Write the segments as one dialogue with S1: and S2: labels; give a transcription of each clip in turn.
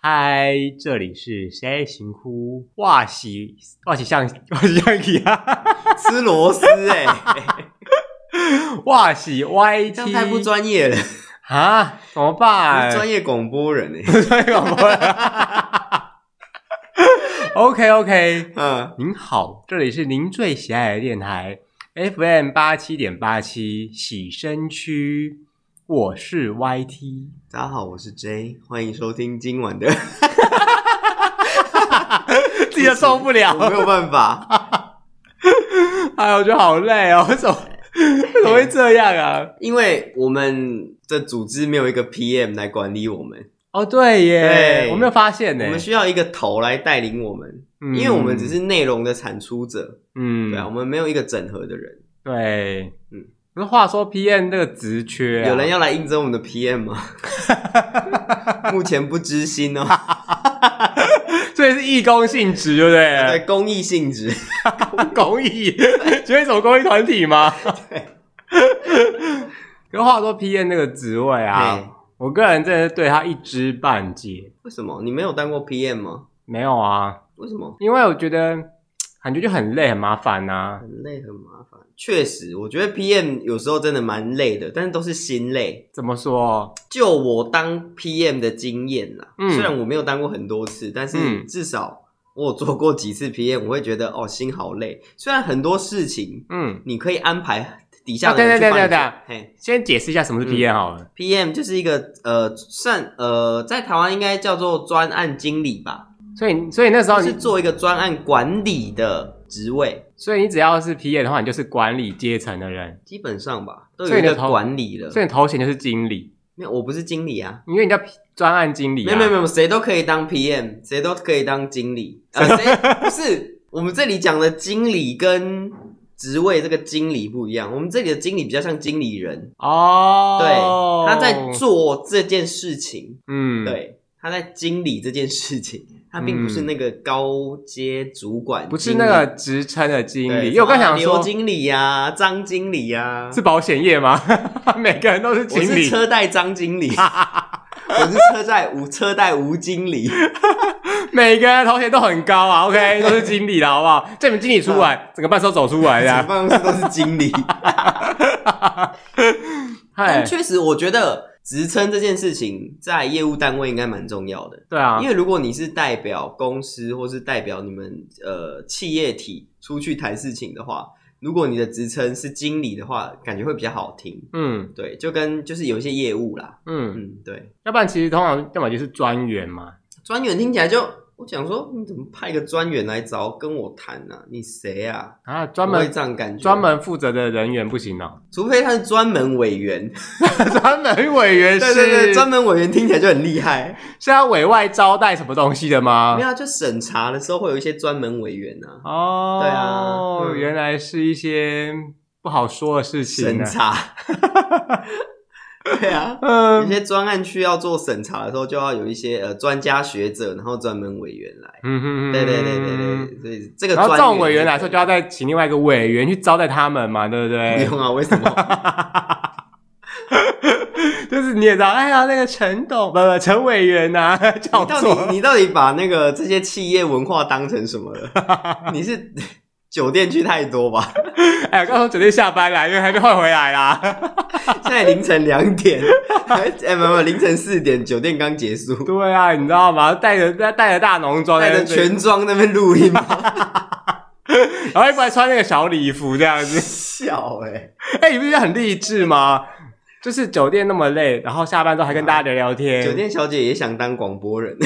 S1: 嗨，这里是谁行哭？哇喜哇喜像 哇喜啊像一样，
S2: 吃螺丝哎、欸，
S1: 哇喜 YT，
S2: 这样太不专业了，
S1: 啊？怎么办？
S2: 哎专业广播人哎、
S1: 专业 广播。OK OK，
S2: 嗯，
S1: 您好，这里是您最喜爱的电台 FM 八七点八七喜身区，我是 YT。
S2: 大家好，我是 J，欢迎收听今晚的，
S1: 自己都受不了
S2: 我没有办法，
S1: 哎呦，我觉得好累哦，为什么为什么会这样啊？
S2: 因为我们的组织没有一个 PM 来管理我们，
S1: 哦，对耶，
S2: 对
S1: 我没有发现呢
S2: 我。们需要一个头来带领我们，
S1: 嗯
S2: 因为我们只是内容的产出者，
S1: 嗯，
S2: 对啊，我们没有一个整合的人，
S1: 对，嗯
S2: 嗯，
S1: 可是话说 PM 这个职缺、啊，
S2: 有人要来应征我们的 PM 吗？目前不知心哦，
S1: 所以是义工性质，对不
S2: 对
S1: 对？
S2: 公益性质，
S1: 公益， 觉得什么公益团体吗？
S2: 对。
S1: 可是话说 PM 那个职位
S2: 嘿
S1: 啊，我个人真的是对他一知半解。
S2: 为什么你没有当过 PM 吗？
S1: 没有啊，
S2: 为什么？
S1: 因为我觉得感觉就很累，很麻烦呐、啊。
S2: 很累，很麻烦。确实，我觉得 PM 有时候真的蛮累的，但是都是心累。
S1: 怎么说？
S2: 就我当 PM 的经验啦，
S1: 嗯
S2: 虽然我没有当过很多次，但是
S1: 嗯
S2: 至少我有做过几次 PM，我会觉得哦，心好累。虽然很多事情
S1: 嗯，
S2: 你可以安排底下
S1: 啊
S2: 的
S1: 对
S2: 人去
S1: 对
S2: 帮你
S1: 对
S2: 做嘿
S1: 先解释一下
S2: 嗯
S1: 什么是 PM 好了。
S2: ，PM 就是一个呃算呃在台湾应该叫做专案经理吧，
S1: 所以，所以那时候
S2: 它是
S1: 你，
S2: 做一个专案管理的职位。
S1: 所以你只要是 PM 的话，你就是管理阶层的人，
S2: 基本上吧，都
S1: 所以
S2: 有一
S1: 你的
S2: 个
S1: 头
S2: 管理了
S1: 所。以你头衔就是经理，
S2: 没有，我不是经理啊，
S1: 因为你叫 P- 专案经理、啊。
S2: 没有没有没有，谁都可以当 PM，谁都可以当经理。呃， 谁不是？我们这里讲的经理跟职位这个经理不一样，我们这里的经理比较像经理人，
S1: 哦，
S2: 对，他在，做这件事情，
S1: 嗯，，
S2: 对，他在经理这件事情，他并不是那个高阶主管经理，
S1: 不是那个职称的经
S2: 对
S1: 理，因为我刚想
S2: 什么
S1: 说
S2: 刘，经理呀、张经理呀、
S1: 是保险业吗？ 每个人都是经
S2: 我是
S1: 理，
S2: 车贷张 经理，我是车贷吴车贷吴经理。
S1: 每个人头衔都很高啊，OK，都是经理啦，好不好？叫你们经理出来，整个办事都走出来
S2: 整个
S1: 哎呀。
S2: 办公室都是经理。
S1: 嗨哎
S2: 但，确实，我觉得职称这件事情在业务单位应该蛮重要的，
S1: 对啊
S2: 因，为如果你是代表公司或是代表你们呃企业体出去谈事情的话，如果你的职称是经理的话，感觉会比较好听。
S1: 嗯
S2: 对，就跟就是有一些业务啦，
S1: 嗯，
S2: 嗯，对，
S1: 要不然其实通常要么就是专员嘛，
S2: 专员听起来就。我想说，你怎么派一个专员来找跟我谈呢、啊？你谁啊？
S1: 啊，专
S2: 我会
S1: 门
S2: 这样感觉，
S1: 专，门负责的人员不行 哦，
S2: 除非他是专门 委员。
S1: 专门委员
S2: 对对对，
S1: 是
S2: 专门委员听起来就很厉害。
S1: 是要委外招待什么东西的吗
S2: 没？有啊，就审查的时候会有一些专门委员啊，
S1: 哦，
S2: 对啊嗯
S1: 原来是一些不好说的事情啊
S2: 审
S1: 呢。
S2: 查。对啊，有
S1: 嗯
S2: 些专案区要做审查的时候，就要有一些呃专家学者，然后专门委员来。
S1: 嗯哼
S2: 对对对对。对，所以这个
S1: 然后这
S2: 专
S1: 种委员来说，就要再请另外一个委员去招待他们嘛，对不
S2: 不
S1: 对？
S2: 用啊，为什么？
S1: 就是你也知道，哎呀，那个陈董，不不，陈委员呐、叫
S2: 你到
S1: 做
S2: 底你到底把那个这些企业文化当成什么了？你是酒店去太多吧？
S1: 哎，我刚从酒店下班啦，因为还没换回来啊 啦。
S2: 现在凌晨两点，哎、没有没有凌晨四点，酒店刚结束。
S1: 对啊，你知道吗？带着带带着大浓妆，
S2: 带着全妆在那边录音吗？
S1: 然后一般穿那个小礼服这样子。
S2: 笑哎、欸，
S1: 哎、你不觉得很励志吗？就是酒店那么累，然后下班之后还跟大家聊聊天，
S2: 酒店小姐也想当广播人，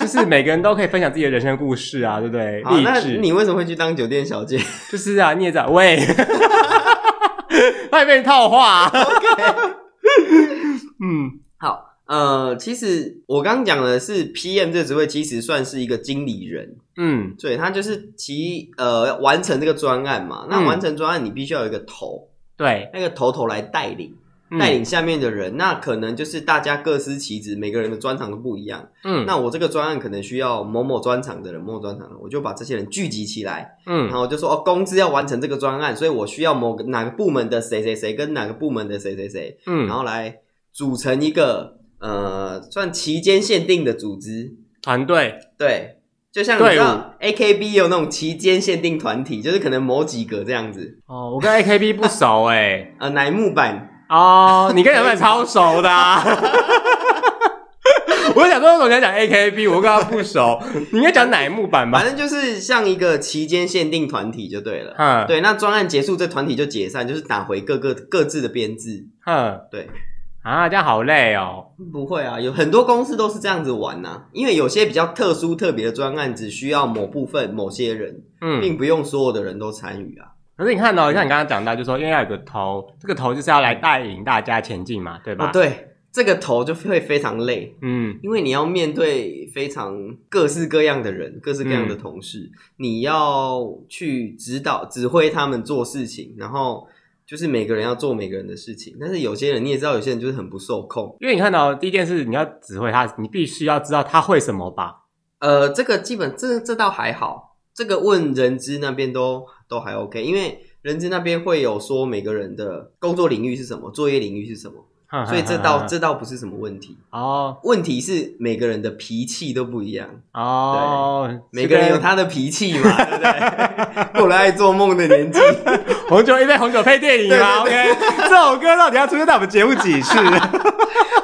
S1: 就是每个人都可以分享自己的人生故事啊，对不对？
S2: 好，
S1: 励
S2: 那
S1: 志
S2: 你为什么会去当酒店小姐？
S1: 就是啊，你也知道，喂， 他也被你套话、啊。 嗯
S2: 好，呃，其实我刚刚讲的是 PM 这个职位，其实算是一个经理人，
S1: 嗯
S2: 对，他就是其呃完成这个专案嘛。那
S1: 嗯
S2: 完成专案，你必须要有一个头，
S1: 对，
S2: 那个头头来带领，
S1: 嗯
S2: 带领下面的人。那可能就是大家各司其职，每个人的专长都不一样。
S1: 嗯
S2: 那我这个专案可能需要某某专长的人，某某专长的人，我就把这些人聚集起来。
S1: 嗯
S2: 然后就说哦，公司要完成这个专案，所以我需要某个哪个部门的谁谁谁跟哪个部门的谁谁谁，
S1: 嗯，
S2: 然后来组成一个呃算期间限定的组织，
S1: 团队，
S2: 对，就像你
S1: 队伍
S2: 知道 A K B 有那种期间限定团体，就是可能某几个这样子。
S1: 哦，我跟 AKB 不熟哎、
S2: 呃，乃 木坂，
S1: 哦，你跟杨曼超熟的、啊。 我想说，我想讲 AKB，我跟他不熟，你应该讲乃木坂吧
S2: 反？正就是像一个期间限定团体就对 了。
S1: 哼，，
S2: 对，那专案结束，这团体就解散，就是打回各个各自的编制。
S1: 哼，
S2: 对，
S1: 啊，这样好累哦。
S2: 不会啊，有很多公司都是这样子玩呐、因为有些比较特殊特别的专案，只需要某部分某些人，
S1: 嗯，
S2: 并不用所有的人都参与啊。
S1: 可是你看哦，像你刚刚讲到，就说因为要有个头，这个头就是要来带领大家前进嘛，对吧？
S2: 哦，，对，这个头就会非常累，
S1: 嗯，
S2: 因为你要面对非常各式各样的人、各式各样的同事，你要去指导、指挥他们做事情，然后就是每个人要做每个人的事情。但是有些人你也知道，有些人就是很不受控。
S1: 因为你看到、第一件事，你要指挥他，你必须要知道他会什么吧？
S2: 呃，这个基本这这倒还好，这个问人资那边都都还 OK，因为人资那边会有说每个人的工作领域是什么，作业领域是什么，
S1: 哼
S2: 嗯所以这倒
S1: 哼
S2: 这倒不是什么问题。
S1: 哦
S2: 问题是每个人的脾气都不一样。
S1: 哦，
S2: 每个人有他的脾气嘛，对不对？ 过了爱做梦的年纪，
S1: 红酒一杯红酒配电影吗 o
S2: 对
S1: k 这首歌到底要出现在我们节目几 次？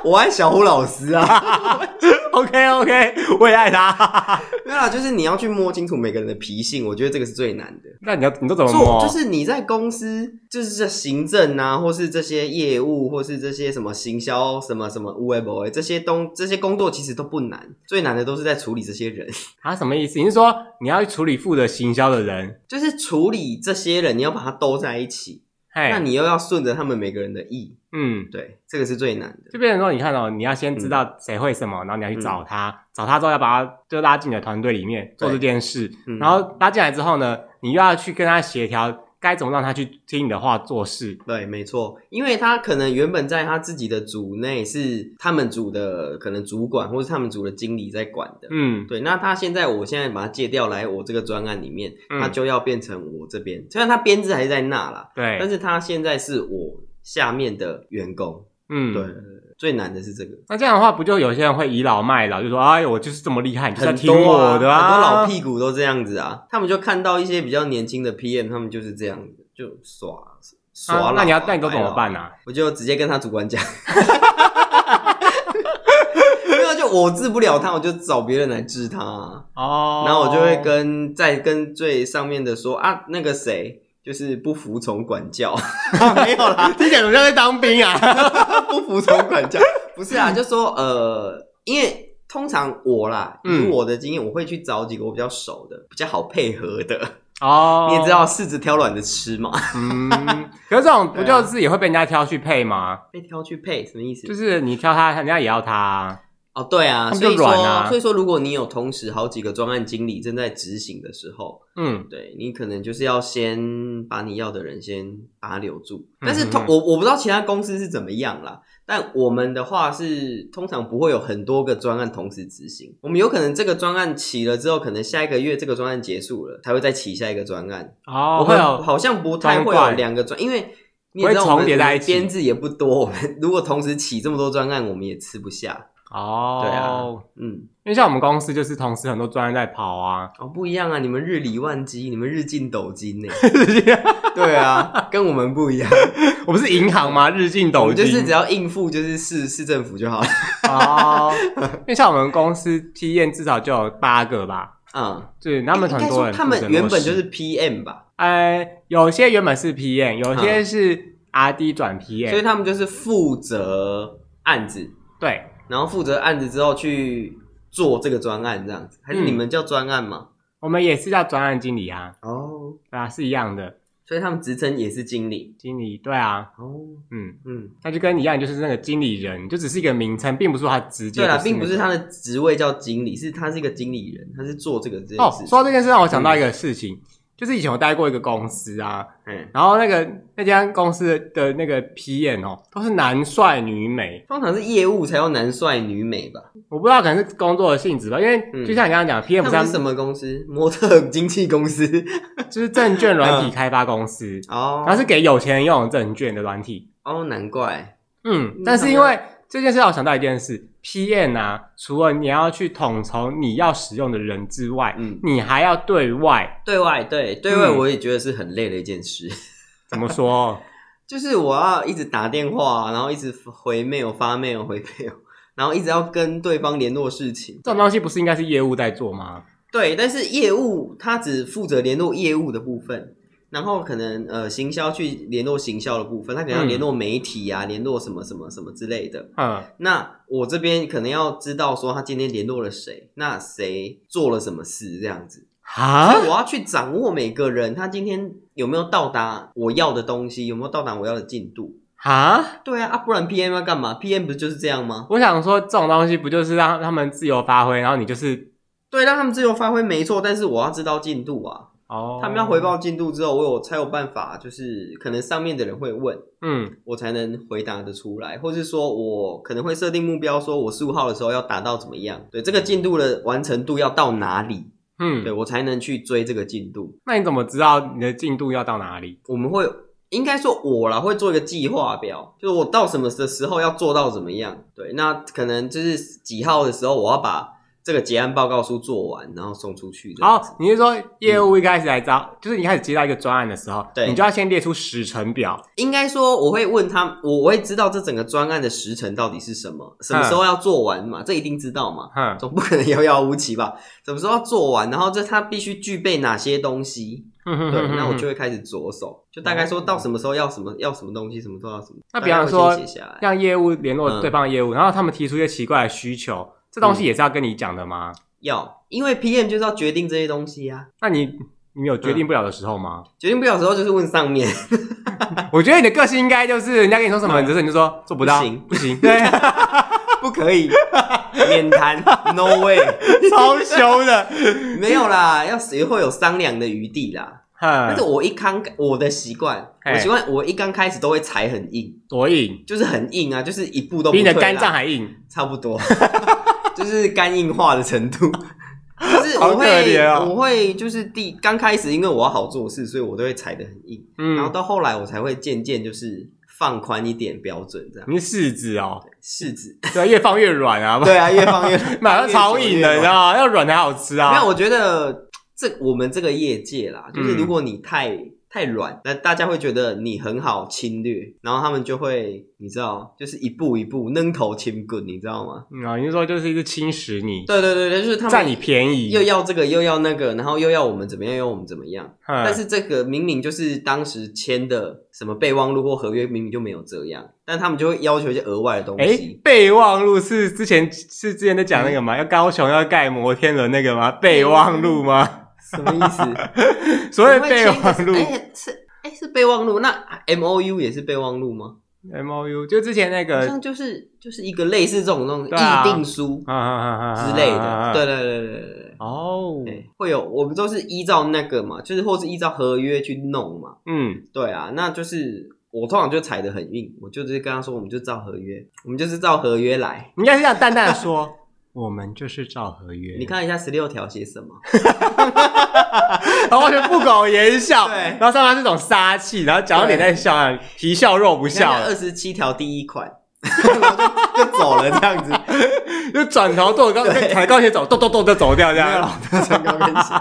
S2: 我爱小胡老师啊。
S1: OK OK，我也爱他。
S2: 没有啦，就是你要去摸清楚每个人的脾性，我觉得这个是最难的。
S1: 那你要你都怎么
S2: 做
S1: 摸？
S2: 就是你在公司，就是这行政啊，或是这些业务，或是这些什么行销什么什么 w e b 这些东这些工作其实都不难，最难的都是在处理这些人，
S1: 啊，什么意思？你是说你要去处理负责行销的人？
S2: 就是处理这些人，你要把它兜在一起，
S1: 嘿，
S2: 那你又要顺着他们每个人的意，
S1: 嗯，
S2: 对，这个是最难的。
S1: 就变成说，你看哦，你要先知
S2: 嗯
S1: 道谁会什么，然后你要去找他，找他之后要把他就拉进你的团队里面做这件事，
S2: 嗯
S1: 然后拉进来之后呢，你又要去跟他协调该怎么让他去听你的话做事。
S2: 对，没错，因为他可能原本在他自己的组内是他们组的可能主管或是他们组的经理在管的。
S1: 嗯，
S2: 对，那他现在我现在把他借调来我这个专案里面，
S1: 嗯
S2: 他就要变成我这边，虽然他编制还是在那啦，但
S1: 对，
S2: 是他现在是我下面的员工。
S1: 嗯，
S2: 对，。最难的是这个，
S1: 那这样的话，不就有些人会倚老卖老，就说：“哎，我就是这么厉害，你就是要
S2: 很
S1: 听
S2: 多啊
S1: 我的啊！”
S2: 很多老屁股都这样子啊，他们就看到一些比较年轻的 PM，他们就是这样子，就耍耍老啊、
S1: 啊，那你要那你都怎
S2: 白
S1: 么
S2: 老啊
S1: 办啊？
S2: 我就直接跟他主管讲， 没有就我治不了他，我就找别人来治他啊、
S1: 哦，
S2: 然后我就会 跟再跟最上面的说啊，那个谁就是不服从管教， 没有啦，
S1: 这简直像在当兵 啊！
S2: 不服从管教不是啊，就说呃，因为通常我啦，以
S1: 嗯
S2: 我的经验，我会去找几个我比较熟的、比较好配合的，
S1: 哦，
S2: 你也 知，道柿子挑软的吃嘛，
S1: 嗯，可是这种不
S2: 啊
S1: 就是也会被人家挑去配吗？
S2: 被挑去配什么意思？
S1: 就是你挑他，人家也要他啊。
S2: 哦，对啊，
S1: 他们
S2: 所
S1: 就
S2: 以说，
S1: 软啊
S2: 所以说，如果你有同时好几个专案经理正在执行的时候，
S1: 嗯，
S2: 对你可能就是要先把你要的人先把他留住。但是
S1: 嗯
S2: 通
S1: 嗯
S2: 我我不知道其他公司是怎么样啦，但我们的话是通常不会有很多个专案同时执行，我们有可能这个专案起了之后，可能下一个月这个专案结束了，才会再起下一个专案。
S1: 哦，
S2: 我
S1: 会
S2: 们
S1: 有，
S2: 好像不太会
S1: 专
S2: 有
S1: 案
S2: 两个专，因为。你
S1: 不
S2: 也
S1: 会
S2: 知道我们
S1: 重叠在一起
S2: 编制也不多，我们如果同时起这么多专案，我们也吃不下。
S1: 哦，
S2: 对啊，嗯，
S1: 因为像我们公司就是同时很多专案在跑 啊，
S2: 哦，不一样啊！你们日理万机，你们日进斗金呢？ 对啊，跟我们不一样，
S1: 我们是银行嘛，日进
S2: 我
S1: 斗
S2: 们
S1: 金，
S2: 就是只要应付就是市市政府就好了。
S1: 哦，因为像我们公司批验至少就有八个吧，
S2: 嗯，
S1: 对，他们
S2: 应
S1: 很
S2: 该
S1: 多
S2: 说
S1: 人，
S2: 他们原本就。是 PM 吧，
S1: 呃，有些原本是 PM，有些是 RD 转 E PM，、
S2: 嗯所以他们就是负责案子，
S1: 对，
S2: 然后负责案子之后去做这个专案这样子，还是
S1: 嗯
S2: 你们叫专案吗？
S1: 我们也是叫专案经理啊，
S2: 哦，
S1: 对啊，是一样的
S2: 所以他们职称也是经理。
S1: 经理，对啊，
S2: 哦，
S1: 嗯，
S2: 嗯，
S1: 那就跟你一样，就是那个经理人，就只是一个名称，并不是说他直接
S2: 对
S1: 那个。
S2: 啦，并不是他的职位叫经理，是他是一个经理人，他是做这个这件
S1: 哦
S2: 事。。
S1: 说到这件事，让我想到一个事情，就是以前我待过一个公司啊，
S2: 嗯，
S1: 然后那个那家公司的那个 PM 哦，都是男帅女美，
S2: 通常是业务才要男帅女美吧？
S1: 我不知道可能是工作的性质吧，因为
S2: 嗯
S1: 就像你刚刚讲，PM
S2: 他们是
S1: 不
S2: 什
S1: 是
S2: 么公司？模特经纪公司
S1: 就是证券软体开发公司，
S2: 哦
S1: 然后是给有钱人用的证券的软体，
S2: 哦，难怪
S1: 嗯，
S2: 嗯
S1: 但是因为这件事让我想到一件事，PM 啊，除了你要去统筹你要使用的人之外，
S2: 嗯，
S1: 你还要对外
S2: 对外对对外，
S1: 嗯
S2: 我也觉得是很累的一件事，
S1: 怎么说？
S2: 就是我要一直打电话，然后一直回 mail 发 mail 回 mail，然后一直要跟对方联络事情。
S1: 这种东西不是应该是业务在做吗？
S2: 对，但是业务他只负责联络业务的部分，然后可能呃行销去联络行销的部分，他可能要
S1: 嗯
S2: 联络媒体啊，联络什么什么什么之类的。
S1: 嗯，
S2: 那我这边可能要知道说他今天联络了谁，那谁做了什么事这样子，
S1: 啊
S2: 所以我要去掌握每个人他今天有没有到达我要的东西，有没有到达我要的进度。
S1: 啊！
S2: 对啊，啊不然 PM 要干嘛？PM 不就是这样吗？
S1: 我想说，这种东西不就是让他们自由发挥，然后你就是
S2: 对，让他们自由发挥没错，但是我要知道进度啊。
S1: 哦，
S2: 他们要回，报进度之后，我有才有办法，就是可能上面的人会问，
S1: 嗯
S2: 我才能回答得出来，或是说我可能会设定目标，说我十五号的时候要达到怎么样？对，这个进度的完成度要到哪里？对
S1: 嗯，
S2: 我才能去追这个进度。
S1: 那你怎么知道你的进度要到哪里？
S2: 我们会应该说我啦，会做一个计划表，就是我到什么的时候要做到怎么样。对，那可能就是几号的时候，我要把这个结案报告书做完，然后送出去。这样子
S1: 好，你是说业务一开始来招，就是你一开始接到一个专案的时候，
S2: 嗯对
S1: 你就要先列出时程表，
S2: 应该说我会问他，我我会知道这整个专案的时程到底是什么，什
S1: 嗯
S2: 么时候要做完嘛，这一定知道嘛。
S1: 哼，
S2: 总不可能遥遥无期吧？什么时候要做完？然后这它必须具备哪些东西？
S1: 嗯
S2: 对，那我就会开始着手，就大概说到什么时候要什么要什么东西，什么时候要什么。
S1: 哦那
S2: 大
S1: 比
S2: 概
S1: 方
S2: 会
S1: 说
S2: 先写下来，
S1: 让业务联络
S2: 嗯
S1: 对方的业务，然后他们提出一些奇怪的需求，这东西也是要跟你讲的吗？
S2: 要，因为 PM 就是要决定这些东西啊。
S1: 那你你有决定不了的时候吗？
S2: 决定不了的时候就是问上面，
S1: 我觉得你的个性应该就是人家跟你说什么，
S2: 嗯
S1: 你就是你就说做不到，
S2: 不行
S1: 不行， 对，
S2: 不 可以免谈，no way，
S1: 超凶的。
S2: 没有啦，要也会有商量的余地啦。但是
S1: 哼，
S2: 我一刚我的习惯，
S1: 嗯嘿
S2: 我习惯我一刚开始都会踩很硬，
S1: 多硬，
S2: 就是很硬啊，就是一步都不
S1: 比
S2: 退
S1: 你
S2: 啦
S1: 的肝脏还硬。
S2: 差不多， 就是肝硬化的程度。就是
S1: 好
S2: 我
S1: 可
S2: 会，
S1: 怜哦
S2: 我会就是第刚开始，因为我要好做事，所以我都会踩得很硬。然后
S1: 嗯，
S2: 到后来，我才会渐渐就是放宽一点标准，这样
S1: 你是柿子哦，
S2: 柿子。
S1: 对，越放越软啊，
S2: 对啊，越 放越
S1: 马上超硬的，你知道吗？要软才好吃啊。
S2: 没有，我觉得这我们这个业界啦，就是
S1: 嗯
S2: 如果你太、太软，那大家会觉得你很好侵略，然后他们就会你知道，就是一步一步扔头轻棍，你知道吗？
S1: 嗯啊，你是说就是一直侵蚀你，
S2: 对对对对，就是他们
S1: 占你便宜
S2: 又，要这个又要那个，然后又要我们怎么样，又要我们怎么样。但
S1: 但
S2: 是这个明明就是当时签的什么备忘录或合约，明明就没有这样，但他们就会要求一些额外的东
S1: 哎
S2: 西，。
S1: 备忘录是之前是之前在讲那个吗？要高雄要盖摩天轮那个吗？
S2: 嗯
S1: 备忘录吗？
S2: 什么意思？
S1: 所谓备忘录
S2: 哎、是哎、是备忘录，那 M O U 也是备忘录吗？
S1: M O U 就之前那
S2: 好
S1: 个
S2: 像就是就是一个类似这种那种
S1: 呃对啊
S2: 议定书
S1: 啊啊啊啊
S2: 之类
S1: 啊啊
S2: 的。
S1: 啊
S2: 对对对对对对
S1: 哦，
S2: 对，会有我们都是依照那个嘛，就是或是依照合约去弄嘛。
S1: 嗯，
S2: 对啊，那就是我通常就踩得很硬，我就直接跟他说，我们就照合约，我们就是照合约来。
S1: 你应该是这样淡淡的说， 我们就是照合约。
S2: 你，看一下十六条写什么？
S1: 然后完全不苟言笑，
S2: 对
S1: 然后上面是这种杀气，然后讲到脸在笑，皮笑肉不
S2: 你看
S1: 笑
S2: 二十七条第一款， 然后就就走了这 样子，
S1: 就转头坐高
S2: 对
S1: 踩高铁走，咚咚咚就走掉这
S2: 没有
S1: 样。
S2: 了，不要穿高跟鞋。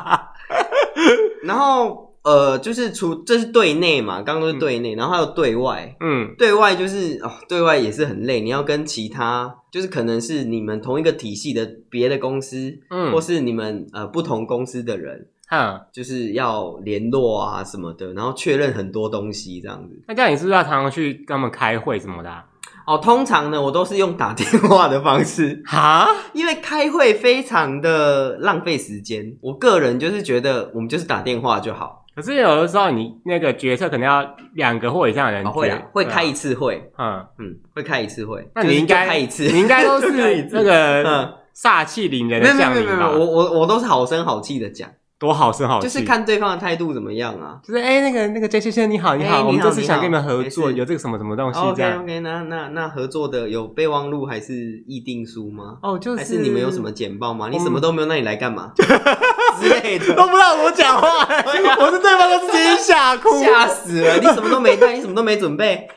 S2: 然后呃，就是除这是对内嘛，刚刚都是对内，然后还有对外。
S1: 嗯
S2: 对外就是哦，对外也是很累，你要跟其他就是可能是你们同一个体系的别的公司，
S1: 嗯
S2: 或是你们呃不同公司的人，
S1: 哼，
S2: 就是要联络啊什么的，然后确认很多东西这样子。
S1: 那这样你是不是要常常去跟他们开会什么的啊？
S2: 哦，通常呢，我都是用打电话的方式，
S1: 哈
S2: 因为开会非常的浪费时间。我个人就是觉得我们就是打电话就好，
S1: 可是有的时候你那个决策可能要两个或以上的人
S2: 啊、
S1: 决
S2: 会啊会开一
S1: 嗯
S2: 次会，
S1: 嗯，
S2: 嗯，会开一次会。
S1: 那
S2: 就
S1: 你
S2: 是
S1: 应
S2: 就
S1: 该
S2: 开一次，
S1: 你应该 都
S2: 开一
S1: 是
S2: 次
S1: 那个
S2: 嗯，
S1: 煞气凌人
S2: 没
S1: 的
S2: 有没有
S1: 将
S2: 没
S1: 领
S2: 有没有，
S1: 吧
S2: 我？我我都是好声好气的讲，
S1: 多好声好气，
S2: 就是看对方的态度怎么样啊。
S1: 就是哎、那个那个 J 先生你好，你
S2: 哎
S1: 好，我
S2: 你
S1: 们
S2: 好
S1: 这次想跟你们合
S2: 你
S1: 作，
S2: 好没事
S1: 有这个什么什么东西这
S2: 哦 OK
S1: 样。
S2: OK，那那那合作的有备忘录还是议定书吗？
S1: 哦，就
S2: 还
S1: 是
S2: 是你们有什么简报吗？你
S1: 嗯
S2: 什么都没有，那你来干 嘛啊之类
S1: 都
S2: 的？
S1: 不让我讲话、 我是对方都直接吓哭。
S2: 吓死了！你什么都没带，你什么都没准备，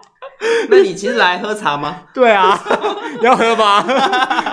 S2: 那你其实来喝茶吗？
S1: 对啊，要喝 吗？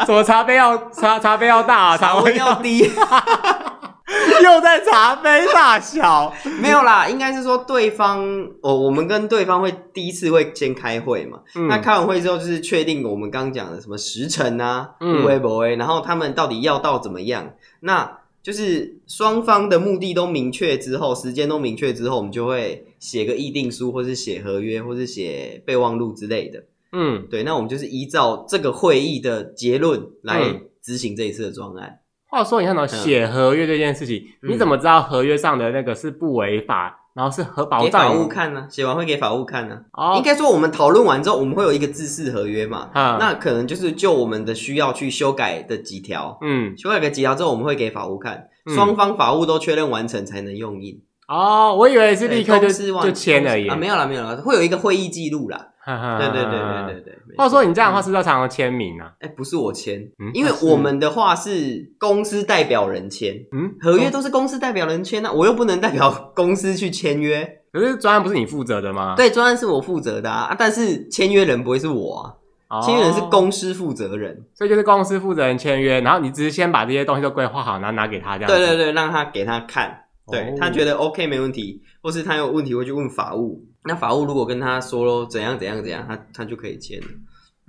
S1: 什么茶杯要茶茶杯要大、啊，
S2: 茶
S1: 茶
S2: 温
S1: 杯
S2: 要低，
S1: 又在茶杯大小。
S2: 没有啦，应该是说对方哦，我们跟对方会第一次会先开会嘛，
S1: 嗯
S2: 那开完会之后就是确定我们刚讲的什么时辰啊，
S1: 嗯
S2: 微博哎，然后他们到底要到怎么样？那就是双方的目的都明确之后，时间都明确之后，我们就会写个议定书，或是写合约，或是写备忘录之类的。
S1: 嗯，
S2: 对，那我们就是依照这个会议的结论来
S1: 嗯
S2: 执行这一次的专案。
S1: 话说你看到写合约这件事情，
S2: 嗯
S1: 你怎么知道合约上的那个是不违法，然后是合保
S2: 给法
S1: 障
S2: 务看呢、写完会给法务看呢、啊应
S1: 哦，
S2: 该说，我们讨论完之后，我们会有一个自式合约嘛？
S1: 啊
S2: 那可能就是就我们的需要去修改的几条，
S1: 嗯，
S2: 修改个几条之后，我们会给法务看，
S1: 嗯
S2: 双方法务都确认完成才能用印。
S1: 哦，我以为是立刻就
S2: 对公司忘
S1: 就签了耶
S2: 啊，。没有啦，没有啦，会有一个会议记录啦。对
S1: 对
S2: 对对对对。对。没错
S1: 话说你这样的话，是不是要常常签名啊？
S2: 哎，不是我签
S1: 嗯，
S2: 因为
S1: 那是
S2: 我们的话是公司代表人签，
S1: 嗯，
S2: 合约都是公司代表人签啊，我又不能代表公司去签约。
S1: 嗯可是专案不是你负责的吗？
S2: 对，专案是我负责的啊，啊但是签约人不会是我啊。
S1: 哦，
S2: 签约人是公司负责人，
S1: 所以就是公司负责人签约，然后你只是先把这些东西都规划好，然后拿给他这样子。
S2: 对对对，让他给他看，对、
S1: 哦
S2: 他觉得 OK 没问题，或是他有问题会去问法务。那法务如果跟他说咯怎样怎样怎样，他他就可以签了，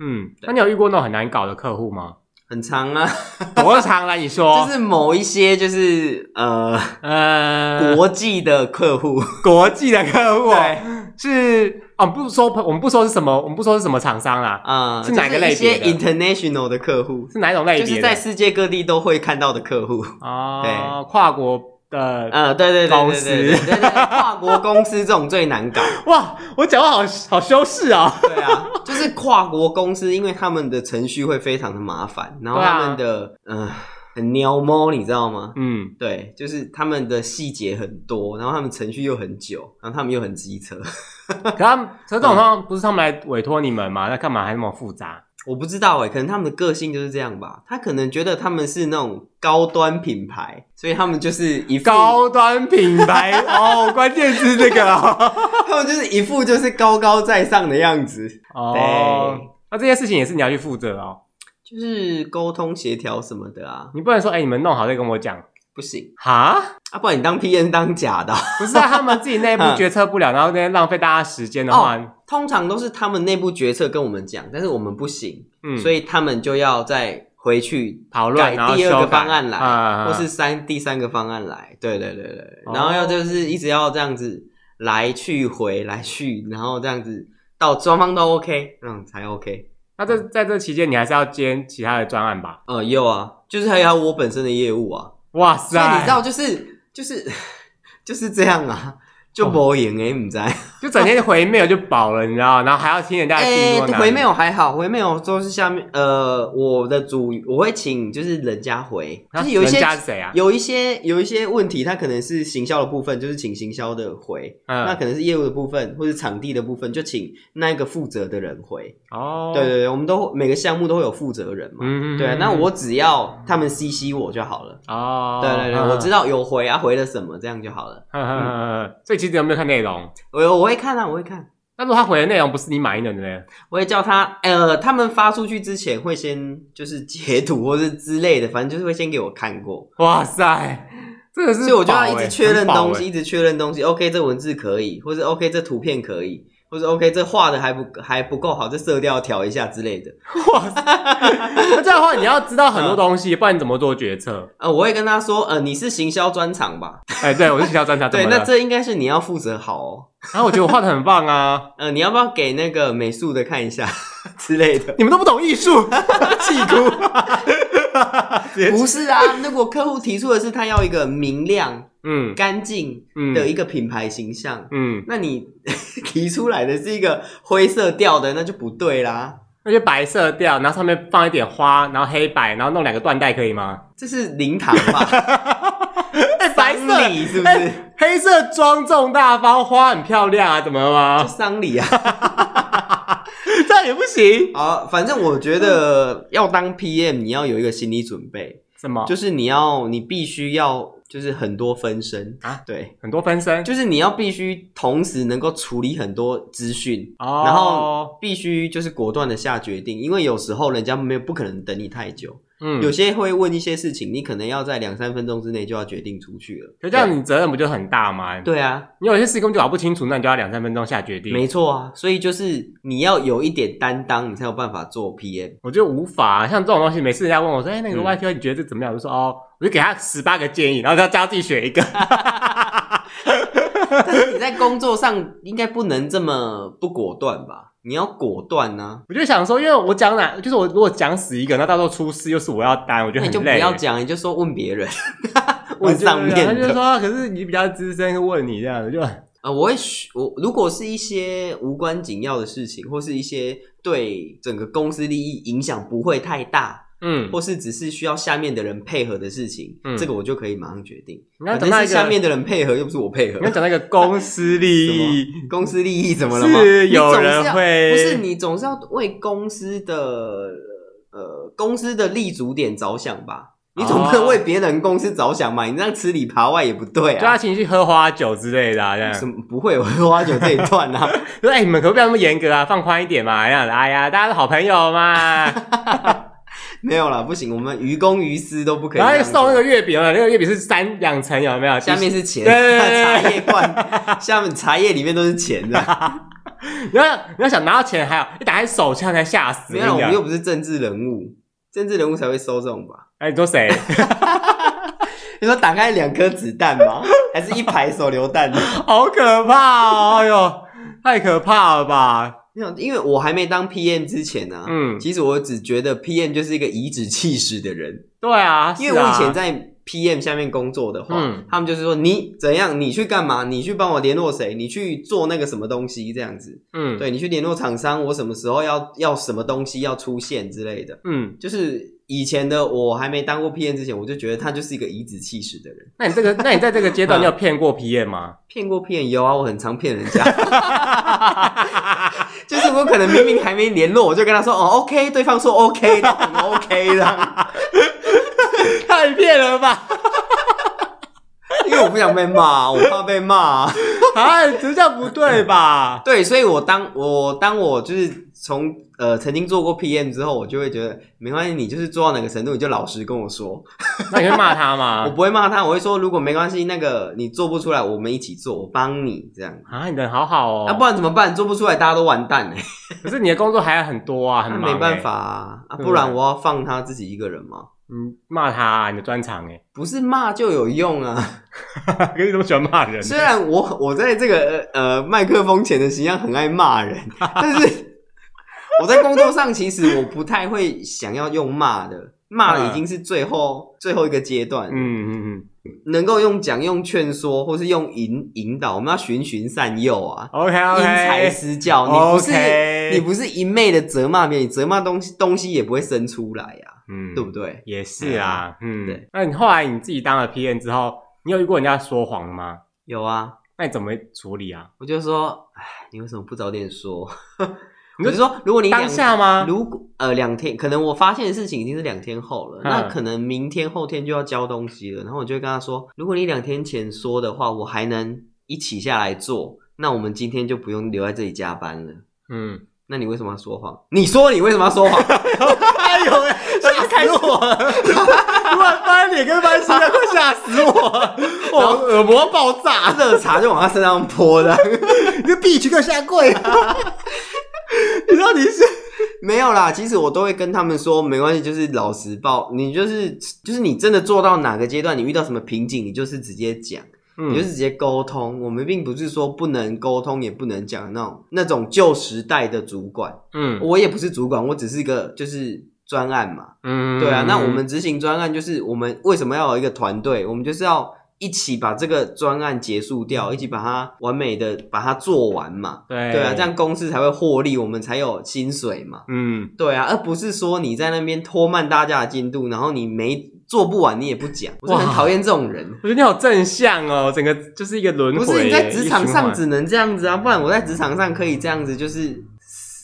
S1: 嗯，那你有遇过那种很难搞的客户 吗？
S2: 很长啊。
S1: 多长来你说？
S2: 就是某一些就是呃
S1: 呃，
S2: 国际的客户，
S1: 国际的客户哦
S2: 对
S1: 是啊，我们不说，我们不说是什么，我们不说是什么厂商啦，
S2: 啊，
S1: 是哪个类
S2: 就是一
S1: 别
S2: 些
S1: 的
S2: international 的客户，
S1: 是哪一种类
S2: 就
S1: 别的？
S2: 是在世界各地都会看到的客户。
S1: 哦，跨国的。
S2: 呃，对对对
S1: 公
S2: 对
S1: 司
S2: 对对对对对，跨国公司这种最 难搞。
S1: 哇，我讲话好好修饰啊、哦。
S2: 对啊，就是跨国公司，因为他们的程序会非常的麻烦，然后
S1: 对啊
S2: 他们的嗯、呃很喵猫，你知道吗？
S1: 嗯，
S2: 对，就是他们的细节很多，然后他们程序又很久，然后他们又很机车。
S1: 可他们，可是这种状况不是他们来委托你们吗？那干嘛还那么复 杂？
S2: 我不知道哎、可能他们的个性就是这样吧。他可能觉得他们是那种高端品牌，所以他们就是一副，
S1: 高端品牌哦，关键是这个哦。
S2: 他们就是一副就是高高在上的样子，
S1: 哦，那这些事情也是你要去负责哦，
S2: 就是沟通协调什么的啊，
S1: 你不能说哎、你们弄好再跟我讲
S2: 不行
S1: 哈。
S2: 啊，不然你当 P N 当假的啊、
S1: 不是啊，他们自己内部
S2: 嗯
S1: 决策不了，然后那边浪费大家时间的话，
S2: 通常都是他们内部决策跟我们讲，但是我们不行，
S1: 嗯，
S2: 所
S1: 以
S2: 以他们就要再回去
S1: 讨论
S2: 改
S1: 然后
S2: 第二
S1: 修
S2: 个
S1: 改
S2: 方案来，
S1: 啊
S2: 或是三第三个方案来。对对对对，
S1: 哦
S2: 然后要就是一直要这样子来去回来去，然后这样子到双方都 OK，嗯才 OK。
S1: 那这在这期间，你还是要兼其他的专案吧？
S2: 呃，有啊，就是还有我本身的业务啊，
S1: 哇
S2: 所以
S1: 塞，
S2: 你知道就是就是 就是这样啊。就
S1: 哦
S2: 无用诶，唔知道。
S1: 就整天回 mail 就饱了，你知道，然后还要听人家的进
S2: 诶，
S1: 度、
S2: 哎回没有还好，回没有都是下面呃，我的主我会请就是人家回，
S1: 啊，
S2: 就是有一些
S1: 人家是谁啊？
S2: 有一些有一些问题，它可能是行销的部分，就是请行销的回；那
S1: 嗯，
S2: 可能是业务的部分或是场地的部分，就请那个负责的人回。
S1: 哦，
S2: 对对对，我们都每个项目都会有负责人嘛。
S1: 嗯，嗯，嗯
S2: 对啊，那我只要他们 CC 我就好了。
S1: 哦，
S2: 对对对，我知
S1: 道，
S2: 道有回啊，回了什么这样就好了。
S1: 嗯嗯嗯嗯所以其实有没有看内容？
S2: 我我会看啊，我会看，
S1: 那如果他回的内容不是你满意的呢？
S2: 我会叫他呃，他们发出去之前会先就是截图或是之类的，反正就是会先给我看过。
S1: 哇塞，这个是饱欸，
S2: 所以我就要一直确认
S1: 很饱
S2: 东西，
S1: 欸。
S2: 一直确认东西。OK，这文字可以，或者 OK 这图片可以，或者 OK 这画的还不还不够好，这色调调一下之类的。
S1: 哇塞，那这样的话你要知道很多东
S2: 嗯
S1: 西，不然你怎么做决策？
S2: 呃，我会跟他说，呃，你是行销专场吧？
S1: 哎，对，我是行销专家。
S2: 对，
S1: 怎么了
S2: 那这应该是你要负责好哦。
S1: 然后我觉得我画的很棒 啊，
S2: 呃，你要不要给那个美术的看一下 之类的？
S1: 你们都不懂艺术， 气哭。直接
S2: 不是啊， 如果客户提出的是他要一个明亮、
S1: 嗯
S2: 干净
S1: 嗯
S2: 的一个品牌形象，
S1: 嗯，
S2: 那你 提出来的是一个灰色调的，那就不对啦。
S1: 那就白色调，然后上面放一点花，然后黑白，然后弄两个缎带可以吗？
S2: 这是灵堂吧？
S1: 哎， 白色
S2: 丧礼是不是
S1: 哎黑色庄重大方，花很漂亮啊，怎么了
S2: 就
S1: 吗？
S2: 丧礼啊。
S1: 这样也不行。
S2: 啊，反正我觉
S1: 嗯
S2: 得要当 PM，你要有一个心理准备，
S1: 什么？
S2: 就是你要你必须要就是很多分身
S1: 啊，
S2: 对，
S1: 很多分身，
S2: 就是你要必须同时能够处理很多资讯，
S1: 哦
S2: 然后必须就是果断的下决定，因为有时候人家没有不可能等你太久，
S1: 嗯，
S2: 有些会问一些事情，你可能要在两三分钟之内就要决定出去了。
S1: 可这样你责任不就很大吗？
S2: 对啊，
S1: 你有些事根本就搞不清楚，那你就要两三分钟下决定。
S2: 没错啊，所以就是你要有一点担当，你才有办法做 PM。
S1: 我就无法像这种东西，每次人家问我说：“哎、那个
S2: 嗯
S1: YTO 你觉得这怎么样？”我就说：“哦，我就给他十八个建议，然后他叫他自己选一 个。
S2: 但是你在工作上应该不能这么不果断吧？你要果断啊呢、”
S1: 我就想说，因为我讲哪，就是我如果讲死一个，那到时候出事又是我要担，我觉得
S2: 那你
S1: 很
S2: 就不
S1: 累。
S2: 要讲，你就说问别人，
S1: 我
S2: 问
S1: 就
S2: 上面
S1: 他就
S2: 的。
S1: 说啊：“可是你比较资深，问你这样子就
S2: 啊，我会选我如果是一些无关紧要的事情，或是一些对整个公司利益影响不会太大，
S1: 嗯，
S2: 或是只是需要下面的人配合的事情，
S1: 嗯
S2: 这个我就可以马上决定。
S1: 你要讲
S2: 反正
S1: 到
S2: 是
S1: 一
S2: 下
S1: 个，
S2: 面的人配合，又不是我配合
S1: 你。要讲到一个公司利 益，
S2: 公司利益怎么了吗？
S1: 是
S2: 你总
S1: 有
S2: 要
S1: 人会
S2: 不是你总是要为公司的呃公司的立足点着想吧？你总不能
S1: 哦
S2: 为别人公司着想嘛？你这样吃里扒外也不对
S1: 就他
S2: 啊。
S1: 请你去喝花酒之类的、啊，这样。
S2: 什么不会？我喝花酒这一段啊，
S1: 说哎、你们可不可以不要那么严格啊，放宽一点嘛，这样子。哎呀，大家是好朋友嘛。
S2: 没有啦，不行，我们于公于私都不可以这
S1: 然后
S2: 样
S1: 又
S2: 做。
S1: 送那个月饼啊，那个月饼是三两层，有没有？
S2: 下面是钱，
S1: 对对对对
S2: 茶叶罐，下面茶叶里面都是钱 的。
S1: 你要你要想拿到钱，还有一打开手枪才吓死。
S2: 没有啦，
S1: 我跟
S2: 啊我们
S1: 你
S2: 又
S1: 讲
S2: 不是政治人物，政治人物才会收这种吧？
S1: 哎，你说谁？
S2: 你说打开两颗子弹吗？还是一排手榴弹？
S1: 好可怕哦！哎呦，太可怕了吧？
S2: 没有，因为我还没当 PM 之前呢、啊，
S1: 嗯
S2: 其实我只觉得 PM 就是一个颐指气使的人，
S1: 对啊，
S2: 因为
S1: 是
S2: 我
S1: 啊
S2: 以前在 PM 下面工作的话，
S1: 嗯
S2: 他们就是说你怎样，你去干嘛，你去帮我联络谁，你去做那个什么东西这样子，
S1: 嗯
S2: 对你去联络厂商，我什么时候要要什么东西要出现之类的，
S1: 嗯，
S2: 就是以前的我还没当过 PM 之前，我就觉得他就是一个颐指气使的人，
S1: 那你这个，那你在这个阶段，
S2: 嗯
S1: 你有骗过 PM 吗？
S2: 骗过骗有啊，我很常骗人家。 就是我可能明明还没联络，我就跟他说哦，OK，对方说 OK，他很 OK 的，
S1: 太骗了吧！
S2: 因为我不想被骂，我怕被骂。
S1: 啊，这叫不对吧？
S2: 对，所以我当我当我就是从呃曾经做过 PM 之后，我就会觉得没关系，你就是做到哪个程度，你就老实跟我说，
S1: 那你会骂他
S2: 我
S1: 吗？
S2: 不会骂他，我会说如果没关系，那个你做不出来，我们一起做，我帮你这样。
S1: 啊，你人好好哦。
S2: 啊，不然怎么办？做不出来，大家都完蛋哎、欸，
S1: 可是你的工作还很多啊，很
S2: 那、
S1: 忙。欸
S2: 没办法，啊，啊
S1: 对
S2: 不然我要放他自己一个人吗？
S1: 嗯，骂他啊你的专长哎，
S2: 不是骂就有用啊。
S1: 可是你怎么喜欢骂人？
S2: 虽然我我在这个呃呃麦克风前的形象很爱骂人， 但是我在工作上其实我不太会想要用骂的，骂的已经是最后、最后一个阶段，
S1: 嗯嗯嗯
S2: 能够用讲、用劝说或是用引引导，我们要循循善诱啊。
S1: ，OK
S2: 因材
S1: OK。
S2: 施教，你不是
S1: OK
S2: 你不是一昧的责骂别人，你责骂东西东西也不会生出来呀、
S1: 嗯
S2: 对不对？
S1: 也是啊，嗯
S2: 对，
S1: 那你后来你自己当了 PM 之后，你有遇过人家说谎吗？
S2: 有啊，
S1: 那你怎么处理啊？
S2: 我就说，哎，你为什么不早点说？
S1: 你
S2: 我
S1: 就
S2: 就说，如果你两
S1: 当下吗？
S2: 如果呃两天，可能我发现的事情已经是两天后了，
S1: 嗯
S2: 那可能明天后天就要交东西了，然后我就会跟他说，如果你两天前说的话，我还能一起下来做，那我们今天就不用留在这里加班了。
S1: 嗯，
S2: 那你为什么要说谎？你说你为什么要说谎？
S1: 哎呦喂，吓死我 了！我翻脸跟翻新啊，快吓死我了！嗯我耳膜爆炸，
S2: 热茶就往他身上泼的，
S1: 你这必须给我下跪啊！你到底是
S2: 没有啦。其实我都会跟他们说，没关系，就是老实报，你就是就是你真的做到哪个阶段，你遇到什么瓶颈，你就是直接讲。
S1: 嗯
S2: 你就是直接沟通。我们并不是说不能沟通，也不能讲那种那种旧时代的主管。
S1: 嗯
S2: 我也不是主管，我只是一个就是专案嘛。
S1: 嗯
S2: 对啊，那我们执行专案就是我们为什么要有一个团队？我们就是要一起把这个专案结束掉，一起把它完美的把它做完嘛。
S1: 对
S2: 对啊，这样公司才会获利，我们才有薪水嘛。
S1: 嗯
S2: 对啊，而不是说你在那边拖慢大家的进度，然后你没做不完，你也不讲。我是很
S1: 哇
S2: 讨厌这种人。
S1: 我觉得你好正向哦，整个就是一个轮回
S2: 不
S1: 耶，
S2: 是你在职场
S1: 一个循
S2: 上
S1: 环
S2: 只能这样子啊，不然我在职场上可以这样子，就是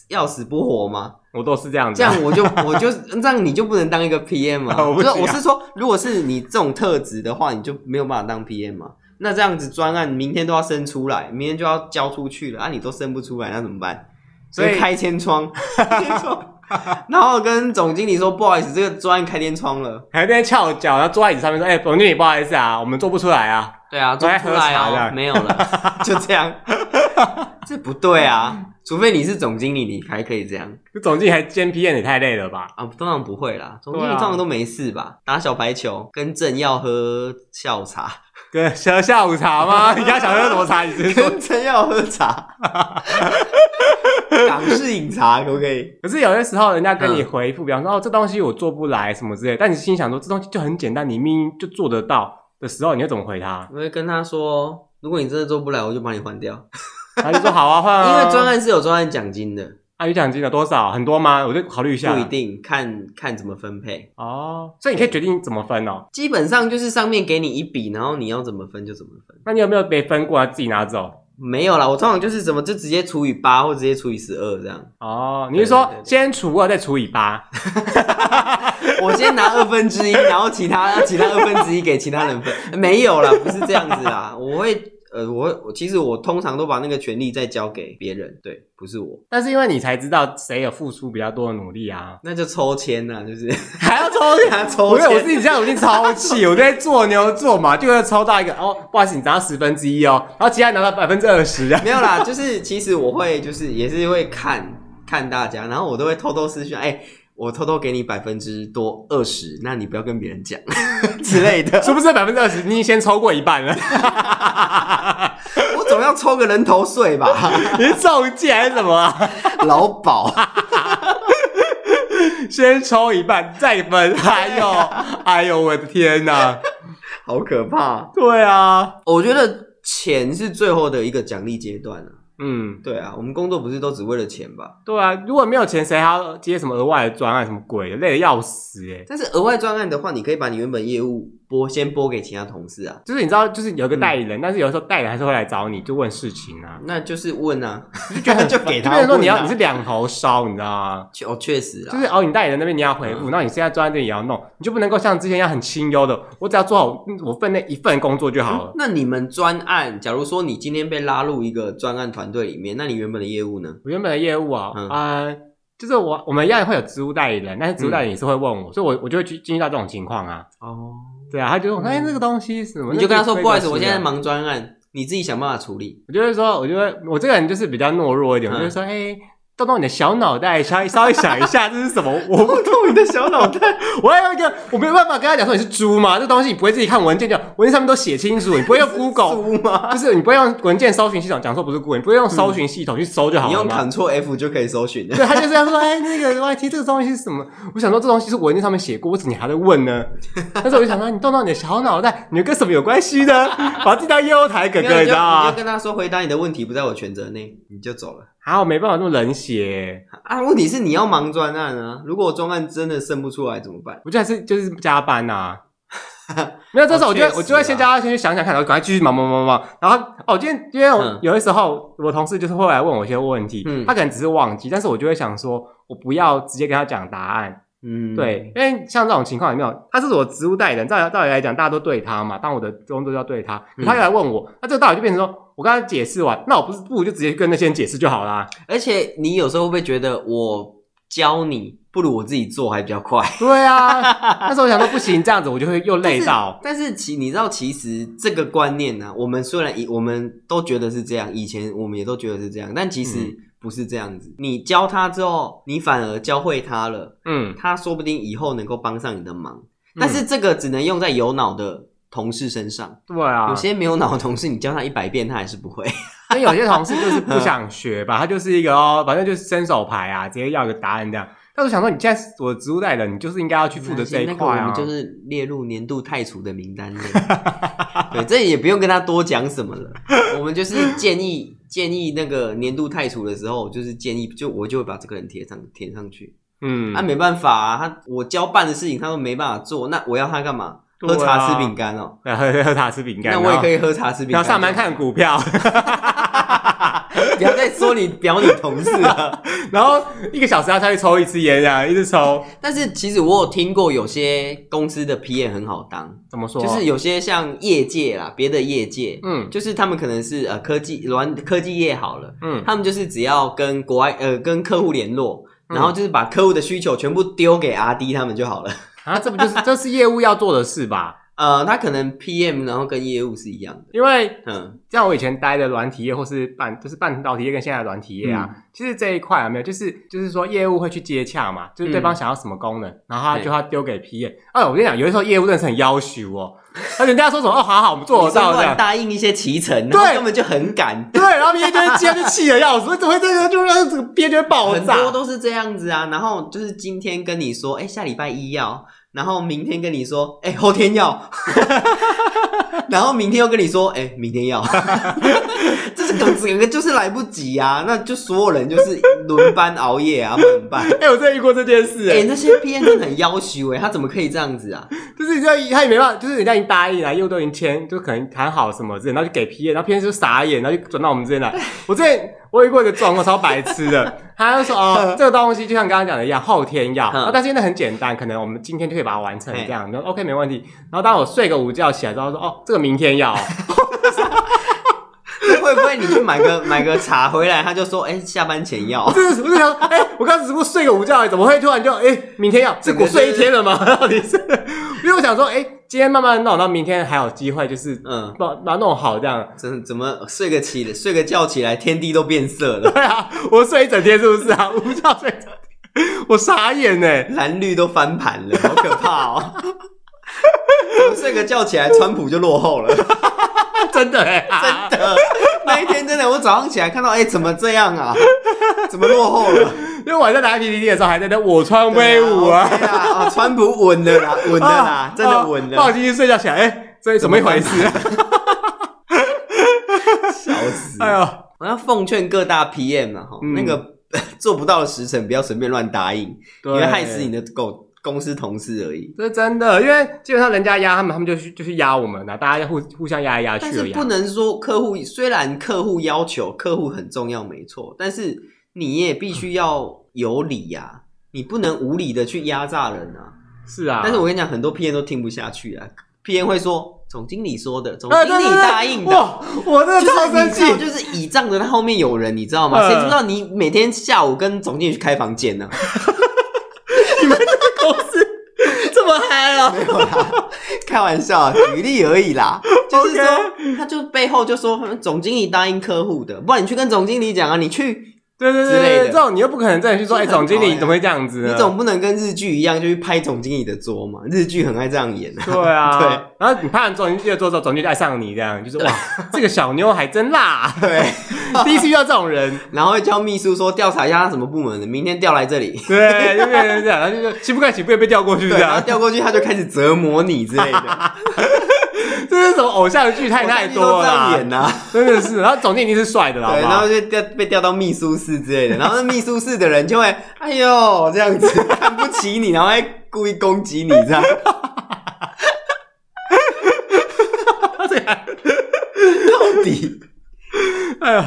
S2: 要死不活吗？
S1: 我都是这样 子
S2: 这
S1: 啊、
S2: 样我就我就这样你就不能当一个 PM 吗？
S1: 我不
S2: 不是
S1: 行啊
S2: 哦我是说，如果是你这种特质的话，你就没有办法当 PM 嘛。那这样子专案明天都要生出来，明天就要交出去了，啊，你都生不出来，那怎么办？
S1: 所以
S2: 就开天 窗，开天窗，然后跟总经理说，不好意思，这个专案开天窗了。
S1: 还在那边翘脚，然后坐在椅子上面说：“哎、总经理，不好意思啊，我们做不出来啊。
S2: 对啊，做
S1: 我在
S2: 不
S1: 喝
S2: 出来
S1: 茶
S2: 哦，
S1: 的
S2: 没有 了，就这样，这不对啊，除非你是总经理，你还可以这样。”
S1: 总经理还兼 PM，也太累了吧？
S2: 啊，通常不会啦，总经理
S1: 对啊
S2: 通常都没事吧？打小白球，跟政要喝下午 茶，
S1: 跟喝下午茶 吗？你要想喝什么茶？你是说？
S2: 跟政要喝茶，港式饮茶可不可以？
S1: 可是有些时候，人家跟你回复，比方说哦，这东西我做不来什么之类的，但你心想说这东西就很简单，你明明就做得到的时候，你会怎么回他？
S2: 我会跟他说，如果你真的做不来，我就把你换掉，
S1: 他就说好啊，换
S2: 因
S1: 啊。
S2: 为专案是有专案奖金的，
S1: 啊，有奖金有多少？很多吗？我就考虑一下。
S2: 不一定看看怎么分配。
S1: 哦，所以你可以决定怎么分哦。
S2: 基本上就是上面给你一笔，然后你要怎么分就怎么分。
S1: 那你有没有被分过，自己拿走？
S2: 没有啦，我通常就是怎么就直接除以八，或直接除以十二这样。
S1: 哦，你是说
S2: 对对对
S1: 先除二再除以八？
S2: 我先拿二分之一，然后其他 其他二分之一给其他人分，没有啦，不是这样子啦， 我会。呃，我会我其实我通常都把那个权利再交给别人，对，不是我，
S1: 但是因为你才知道谁有付出比较多的努力啊，
S2: 那就抽签呐、啊，就是
S1: 还要抽
S2: 他抽
S1: 我
S2: 签，
S1: 我自己这样我已经超 气，我在做牛做马，就会抽到一个哦，不好意思，你拿到十分之一哦，然后其他人拿到百分之二十啊。
S2: 没有啦，就是其实我会就是也是会看看大家，然后我都会偷偷私讯，哎、我偷偷给你百分之多二十，那你不要跟别人讲 之类的，
S1: 是不是百分之二十？你已经先抽过一半了，
S2: 我总要抽个人头税吧，
S1: 你是中介还是什么啊？
S2: 劳保。
S1: 先抽一半再分，哎 呦，哎呦，我的天哪、
S2: 好可怕！
S1: 对啊，
S2: 我觉得钱是最后的一个奖励阶段啊。
S1: 嗯，
S2: 对啊，我们工作不是都只为了钱吧？
S1: 对啊，如果没有钱，谁还要接什么额外的专案？什么鬼的，累得要死哎、
S2: 但是额外专案的话，你可以把你原本业务拨先拨给其他同事啊，
S1: 就是你知道，就是有个代理
S2: 嗯
S1: 人，但是有时候代理人还是会来找你，就问事情啊，
S2: 那就是问啊，
S1: 就觉得很
S2: 就给他
S1: 就变成说
S2: 问啊
S1: 你要你是两头烧，你知道吗？
S2: 确哦，确实啊，
S1: 就是哦，你代理人那边你要回
S2: 嗯
S1: 复，那、你现在专案这里也要弄，你就不能够像之前一样很清幽的，我只要做好我份内一份工作就好了。
S2: 那你们专案，假如说你今天被拉入一个专案团队里面，那你原本的业务呢？
S1: 我原本的业务啊，
S2: 嗯
S1: 呃，就是我我们一样会有职务代理人，但是职务代理
S2: 嗯
S1: 人也是会问我，所以我我就会去经历到这种情况啊。
S2: 哦，
S1: 对啊，他就说，
S2: 嗯
S1: 哎、那个东西是什么？
S2: 你就跟他说，
S1: 那个
S2: 不好意思，我现在
S1: 是
S2: 忙专案，你自己想办法处 理。
S1: 我就会说，我就会，我这个人就是比较懦弱一点，
S2: 嗯
S1: 我就会说，哎、动动你的小脑袋，稍微稍微想一下，这是什么？我不
S2: 动你的小脑袋，
S1: 我还有一个，我没有办法跟他讲说你是猪吗？这东西你不会自己看文件就文件上面都写清楚，你不会用 Google，
S2: 猪吗？
S1: 就是你不会用文件搜寻系统，讲说不是 Google，你不会用搜寻系统去搜就好
S2: 你
S1: 了
S2: 用
S1: 嘛。
S2: Ctrl F 就可以搜寻了。
S1: 对他就是要说，哎，那个 YT 这个东西是什么？我想说这东西是文件上面写过，为什么你还在问呢？ 但是我就想说，你动动你的小脑袋，你跟什么有关系呢？把自己当优台 哥
S2: 没有
S1: 哥，
S2: 你
S1: 你知
S2: 就
S1: 道啊
S2: 你
S1: 吗
S2: 就？跟他说，回答你的问题不在我权责内，你就走了。
S1: 啊，我没办法那么冷血，
S2: 啊，问题是你要忙专案啊，如果我专案真的生不出来怎么办？
S1: 我就还是就是加班呐、 没有，这时候我就会、
S2: 哦确实啊
S1: 我就会先叫他先去想想看，然后赶快继续忙忙忙忙。忙然后哦，今天因为我
S2: 嗯
S1: 有的时候我同事就是会来问我一些问题，
S2: 嗯
S1: 他可能只是忘记，但是我就会想说，我不要直接跟他讲答案。
S2: 嗯，
S1: 对，因为像这种情况有没有？他是我职务代理人，照道理来讲，大家都对他嘛，当我的工作就要对他，可
S2: 嗯
S1: 他又来问我，那这个道理就变成说我跟他解释完，那我不是不如就直接跟那些人解释就好啦。
S2: 而且你有时候会不会觉得我教你不如我自己做还比较快？
S1: 对啊，那时候我想说不行，这样子我就会又累到。
S2: 但是其你知道，其实这个观念啊呢、我们虽然以我们都觉得是这样，以前我们也都觉得是这样，但其实
S1: 嗯
S2: 不是这样子。你教他之后，你反而教会他了，
S1: 嗯，
S2: 他说不定以后能够帮上你的忙。
S1: 嗯
S2: 但是这个只能用在有脑的同事身上，
S1: 对啊，
S2: 有些没有脑的同事，你教他一百遍，他还是不 会。
S1: 因为有些同事就是
S2: 嗯
S1: 不想学吧，他就是一个哦，反正就是伸手牌啊，直接要个答案这样。但是我想说，你现在是我的职务代理人，你就是应该要去负责这一
S2: 那个
S1: 块
S2: 我
S1: 啊
S2: 们。就是列入年度太除的名单内。对，这也不用跟他多讲什 么了。我们就是建议建议那个年度太除的时候，就是建议就我就会把这个人贴上填上去。
S1: 嗯，
S2: 啊，没办法啊，他我交办的事情他都没办法做，那我要他干嘛？喝
S1: 对
S2: 茶
S1: 啊
S2: 吃饼干哦。
S1: 喝喝喝茶吃饼干， 啊
S2: 那我也可
S1: 以，
S2: 以喝茶吃饼
S1: 然
S2: 干。
S1: 后上班看。股票。
S2: 不要再说你表你同事啊了。
S1: 然后一个小时要下去抽一次烟，这样一直抽，
S2: 但是其实我有听过有些公司的 PM 很好当，
S1: 怎么说？
S2: 就是有些像业界啦，别的业界，
S1: 嗯
S2: 就是他们可能是呃科技软科技业好了，
S1: 嗯，
S2: 他们就是只要跟国外呃跟客户联络，
S1: 嗯
S2: 然后就是把客户的需求全部丢给阿 D 他们就好了。
S1: 啊，这不就是这是业务要做的事吧？
S2: 呃，他可能 PM 然后跟业务是一样的，
S1: 因为
S2: 嗯
S1: 像我以前待的软体业或是半就是半导体业跟现在的软体业
S2: 嗯
S1: 啊，其实这一块有没有就是就是说业务会去接洽嘛，就是对方想要什么功能，然后他
S2: 对
S1: 就要丢给 P M。哎，我跟你讲，有的时候业务真的是很要求哦，而且人家说什么哦，好好，我们做得
S2: 你说
S1: 到这
S2: 乱
S1: 样。
S2: 答应一些骑乘，
S1: 对
S2: 然后根本就很赶，
S1: 对，然后 P M 就会接就气得要死，怎么会这个就让这个边就会爆
S2: 很
S1: 炸？
S2: 多都是这样子啊。然后就是今天跟你说，哎、下礼拜一要，然后明天跟你说，哎、后天要， 然后明天又跟你说，哎、明天要， 这是整整个就是来不及啊。那就所有人就是轮班熬夜啊，不然怎 么办？
S1: 哎、我真的遇过这件事、
S2: 哎、
S1: 哎、
S2: 那些 P N 真的很要求哎、他怎么可以这样子啊？
S1: 就是你知道他也没办法，就是人家已经答应了，业务都已经签，就可能谈好什么之类，然后就给 P A，然后 P A 就傻眼，然后就转到我们这边来。我之前我有遇过一个状况超白痴的，他就说哦，这个东西就像刚刚讲的一样，后天要，
S2: 嗯
S1: 啊但是因为很简单，可能我们今天就可以把它完成这样，你说 OK 没问题。然后当我睡个午觉起来之后说哦，这个明天要哦，。
S2: 会不会你去买个 买个茶回来，他就说，哎、下班前要
S1: 这是什么？我想说哎、我刚只不过睡个午觉，怎么会突然就哎、明天要？是我睡一天了吗？到底是？ 因为我想说哎、今天慢慢弄，到明天还有机会，就是
S2: 嗯，
S1: 把把它弄好这样。
S2: 怎怎么睡个起睡个觉起来，天地都变色了，
S1: 对啊，我睡一整天是不是啊？ 午觉睡一整天，我傻眼欸呢。
S2: 蓝绿都翻盘了，好可怕哦！怎么睡个觉起来，川普就落后了？
S1: 真的哎、啊，
S2: 真的，那一天真的，我早上起来看到，哎、怎么这样啊？怎么落后了？
S1: 因为我还在拿 PPT 的时候还在那我穿威武啊，
S2: 对啊，OK 啦哦川普稳了啦，稳了啦
S1: 啊，
S2: 真的稳
S1: 啊
S2: 了
S1: 抱，进去睡觉起来，哎、这怎么一回事、
S2: 笑死！
S1: 哎呦，
S2: 我要奉劝各大 PM 啊，哈、
S1: 嗯
S2: 那个 做不到的时辰不要随便乱答应，你
S1: 对
S2: 会害死你的狗公司同事而已。
S1: 这是真的，因为基本上人家压他们，他们就去就去压我们了，大家互互相压来压去
S2: 但
S1: 而
S2: 是
S1: 已啊。
S2: 不能说客户，虽然客户要求客户很重要，没错，但是你也必须要有理呀、你不能无理的去压榨人啊。
S1: 是啊，
S2: 但是我跟你讲，很多 PM 都听不下去啊，PM 会说总经理说的，总
S1: 哎
S2: 经
S1: 对对
S2: 理
S1: 对
S2: 答应的。
S1: 哇，我真的
S2: 就
S1: 超
S2: 是
S1: 生
S2: 你知道，
S1: 气，
S2: 就是倚仗着他后面有人，你知道吗？
S1: 嗯
S2: 谁知道你每天下午跟总经理去开房 间呢？
S1: 公 司这么嗨啊！
S2: 没有啦，哦开玩笑啊，举例而已啦。就是说
S1: OK
S2: 他就背后就说嗯总经理答应客户的，不然你去跟总经理讲啊，你去，
S1: 对对
S2: 之
S1: 对
S2: 类
S1: 对
S2: 的，
S1: 这种你又不可能真的去说，哎、
S2: 这很
S1: 总经
S2: 讨
S1: 理
S2: 厌啊
S1: 怎么会这样子呢？
S2: 你总不能跟日剧一样就去拍总经理的桌嘛？日剧很爱这样演啊。
S1: 对啊，
S2: 对。
S1: 然后你拍完总经理的做之后，总经理爱上你，这样就是 哇，这个小妞还真辣。
S2: 对，
S1: 第一次遇到这种人，
S2: 然后会叫秘书说调查一下他什么部门的，明天调来这里。
S1: 对，就变成这样，然后就是心不甘情不愿被调过去这
S2: 对，啊然后
S1: 样。
S2: 调过去他就开始折磨你之类的，
S1: 这是什么偶像剧太太多
S2: 我看
S1: 了
S2: 你都这样
S1: 啦，
S2: 演啊。
S1: 真的是。然后总经理是帅的啦，好
S2: 对，
S1: 不
S2: 然后
S1: 好？
S2: 就调被调到秘书室之类的，然后那秘书室的人就会，哎呦这样子看不起你，然后还故意攻击你这样。 到底，
S1: 哎呦，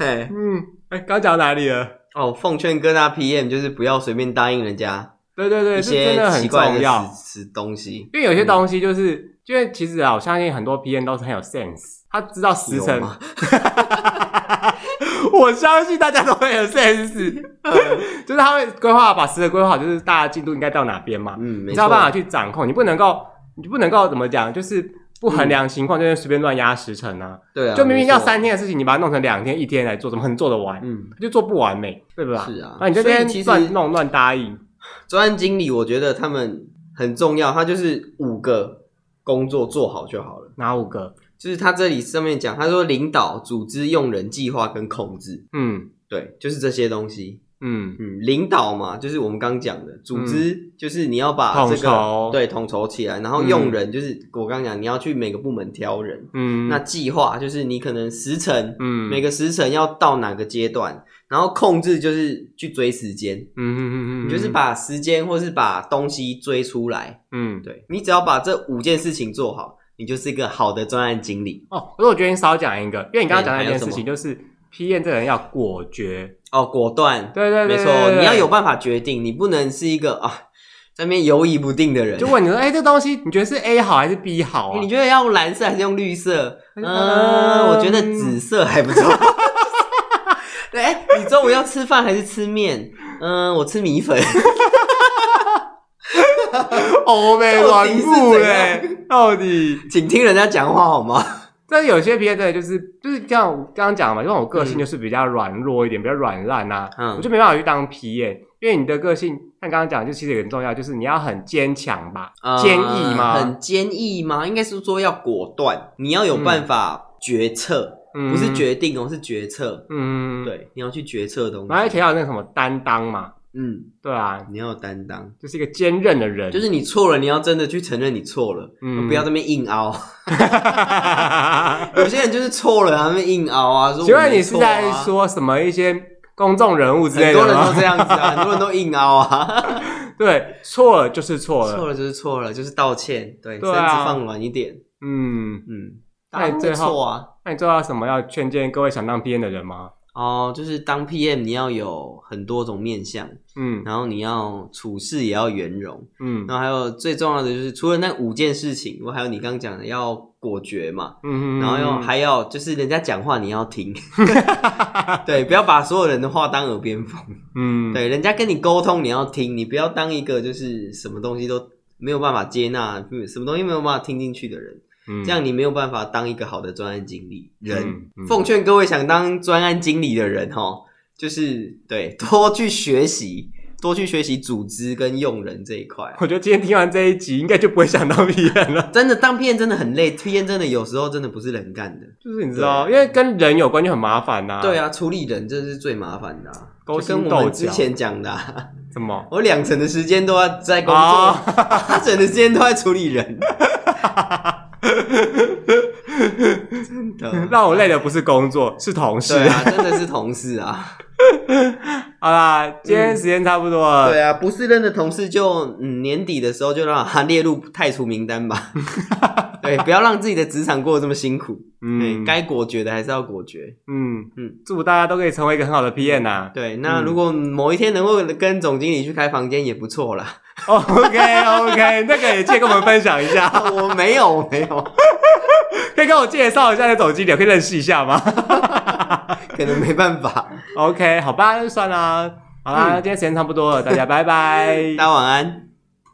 S2: 哎，
S1: 嗯，哎，刚讲到哪里了？
S2: 哦，奉劝各大 PM 就是不要随便答应人家
S1: 对对对，这
S2: 一
S1: 真
S2: 些
S1: 的
S2: 奇
S1: 很
S2: 怪
S1: 重
S2: 的
S1: 要，
S2: 吃吃东西。
S1: 因为有些东西就是，因为其实啊，我相信很多 P N 都是很有 sense，他知道时辰
S2: 有吗，
S1: 我相信大家都很有 sense。就是他会规划，把时的规划好，就是大家进度应该到哪边嘛，
S2: 嗯，没
S1: 你才有办法
S2: 错，
S1: 去掌控。你不能够，你不能够怎么讲，就是不衡量情况，就是随便乱压时辰啊。
S2: 对啊，
S1: 就明明要
S2: 没错
S1: 三，天的事情，你把它弄成两天、一天来做，怎么可能做得完？
S2: 嗯，
S1: 就做不完美，对不对？
S2: 是啊
S1: 那你这边
S2: 所以其实
S1: 乱弄乱答应，
S2: 专案经理我觉得他们很重要，他就是五个工作做好就好了。
S1: 哪五个？
S2: 就是他这里上面讲，他说领导、组织、用人、计划跟控制，
S1: 嗯
S2: 对，就是这些东西。
S1: 嗯
S2: 嗯，领导嘛，就是我们刚讲的，组织就是你要把
S1: 统
S2: 这个
S1: 筹
S2: 对统筹起来，然后用人就是我刚讲，你要去每个部门挑人。
S1: 嗯，
S2: 那计划就是你可能时辰，
S1: 嗯
S2: 每个时辰要到哪个阶段，然后控制就是去追时间，
S1: 嗯嗯嗯嗯，
S2: 你就是把时间或是把东西追出来。
S1: 嗯
S2: 对你只要把这五件事情做好，你就是一个好的专案经理。
S1: 哦，可是我觉得你少讲一个，因为你刚刚讲到一
S2: 对还有
S1: 件
S2: 什
S1: 事
S2: 么
S1: 情，就是批验这个人要果决，
S2: 哦，果断，
S1: 对对对，
S2: 没错
S1: 对，对
S2: 你要有办法决定，你不能是一个啊在那边犹疑不定的人。哎
S1: 就问你说，哎、这东西你觉得是 A 好还是 B 好啊
S2: 你？觉得要蓝色还是用绿色？嗯、
S1: 嗯
S2: 我觉得紫色还不错。 对，哎你中午要吃饭还是吃面？嗯，我吃米粉。
S1: 欧美
S2: 到
S1: 软
S2: 底是
S1: 木
S2: 怎
S1: 嘞，欸 到底？
S2: 请听人家讲话好吗？
S1: 但是有些 P A 真的就是就是像我刚刚讲嘛，因为我个性就是比较软弱一点，比较软烂呐、
S2: 嗯
S1: 我就没办法去当 P A，因为你的个性，像刚刚讲，就其实也很重要，就是你要很坚强吧，坚毅吗？
S2: 呃很坚毅吗？应该是说要果断，你要有办法决策，
S1: 嗯
S2: 不是，决定哦，是决策。
S1: 嗯，。
S2: 对，你要去决策的东
S1: 然后
S2: 西。
S1: 前要有那个什么担当嘛，
S2: 嗯，
S1: 对啊，
S2: 你要有担当，
S1: 就是一个坚韧的人，
S2: 就是你错了，你要真的去承认你错了，
S1: 嗯
S2: 不 要在那边硬凹。 有些人就是错了，他们硬熬啊。说我
S1: 请问你
S2: 没
S1: 是
S2: 错啊
S1: 在说什么一些公众人物之类
S2: 很多
S1: 的
S2: 人都
S1: 吗？
S2: 这样子 啊，很多人都硬凹啊，
S1: 对，错了就是错了。
S2: 错了就是错了，就是道歉，对，
S1: 对
S2: 身
S1: 啊
S2: 子放软一点，
S1: 嗯，
S2: 嗯，
S1: 那
S2: 大家
S1: 你
S2: 都
S1: 最
S2: 会
S1: 后
S2: 错啊。
S1: 那你知道什么要劝谏各位想当 P N 的人吗？
S2: 哦，就是当 PM 你要有很多种面相，
S1: 嗯
S2: 然后你要处事也要圆融，
S1: 嗯
S2: 然后还有最重要的就是除了那五件事情，我还有你刚刚讲的要果决嘛，
S1: 嗯，
S2: 然后要还要就是人家讲话你要 听，对，不要把所有人的话当耳边风。
S1: 嗯，
S2: 对，人家跟你沟通，你要听，你不要当一个就是什么东西都没有办法接纳，不什么东西没有办法听进去的人，
S1: 嗯
S2: 这样你没有办法当一个好的专案经理人。
S1: 嗯嗯
S2: 奉劝各位想当专案经理的人哦，就是对多去学习， 多去学习组织跟用人这一块。啊
S1: 我觉得今天听完这一集，应该就不会想当 P N 了。
S2: 真的当 PM 真的很累，PM 真的有时候真的不是人干的。
S1: 就是你知道，因为跟人有关就很麻烦呐、
S2: 对，啊，处理人这是最麻烦的、啊，
S1: 勾
S2: 就
S1: 心
S2: 跟
S1: 斗
S2: 我们之
S1: 角
S2: 前讲的、啊。
S1: 什么？
S2: 我两成的时间都要在工作
S1: 啊，
S2: 八成的时间都在处理 人，真的。
S1: 让我累的不是工作，是同事。
S2: 对啊，真的是同事 啊。
S1: 好啦，今天时间差不多了。
S2: 对啊，不是任的同事就嗯年底的时候就让他列入汰除名单 吧。对，不要让自己的职场过得这么辛苦。对，哎
S1: 嗯，
S2: 该果决的还是要果决。
S1: 嗯嗯
S2: 嗯，
S1: 祝大家都可以成为一个很好的 P N 啊呐、
S2: 对，那如果某一天能够跟总经理去开房间也不错啦。
S1: OK OK，那个也借跟我们分享一下，
S2: 我没有，我没有，
S1: 可以跟我介绍一下那总经理，我可以认识一下吗
S2: 可能没办法。
S1: ？OK，好吧，那就算啦。好啦，
S2: 嗯
S1: 今天时间差不多了，大家拜拜。
S2: 大家晚安。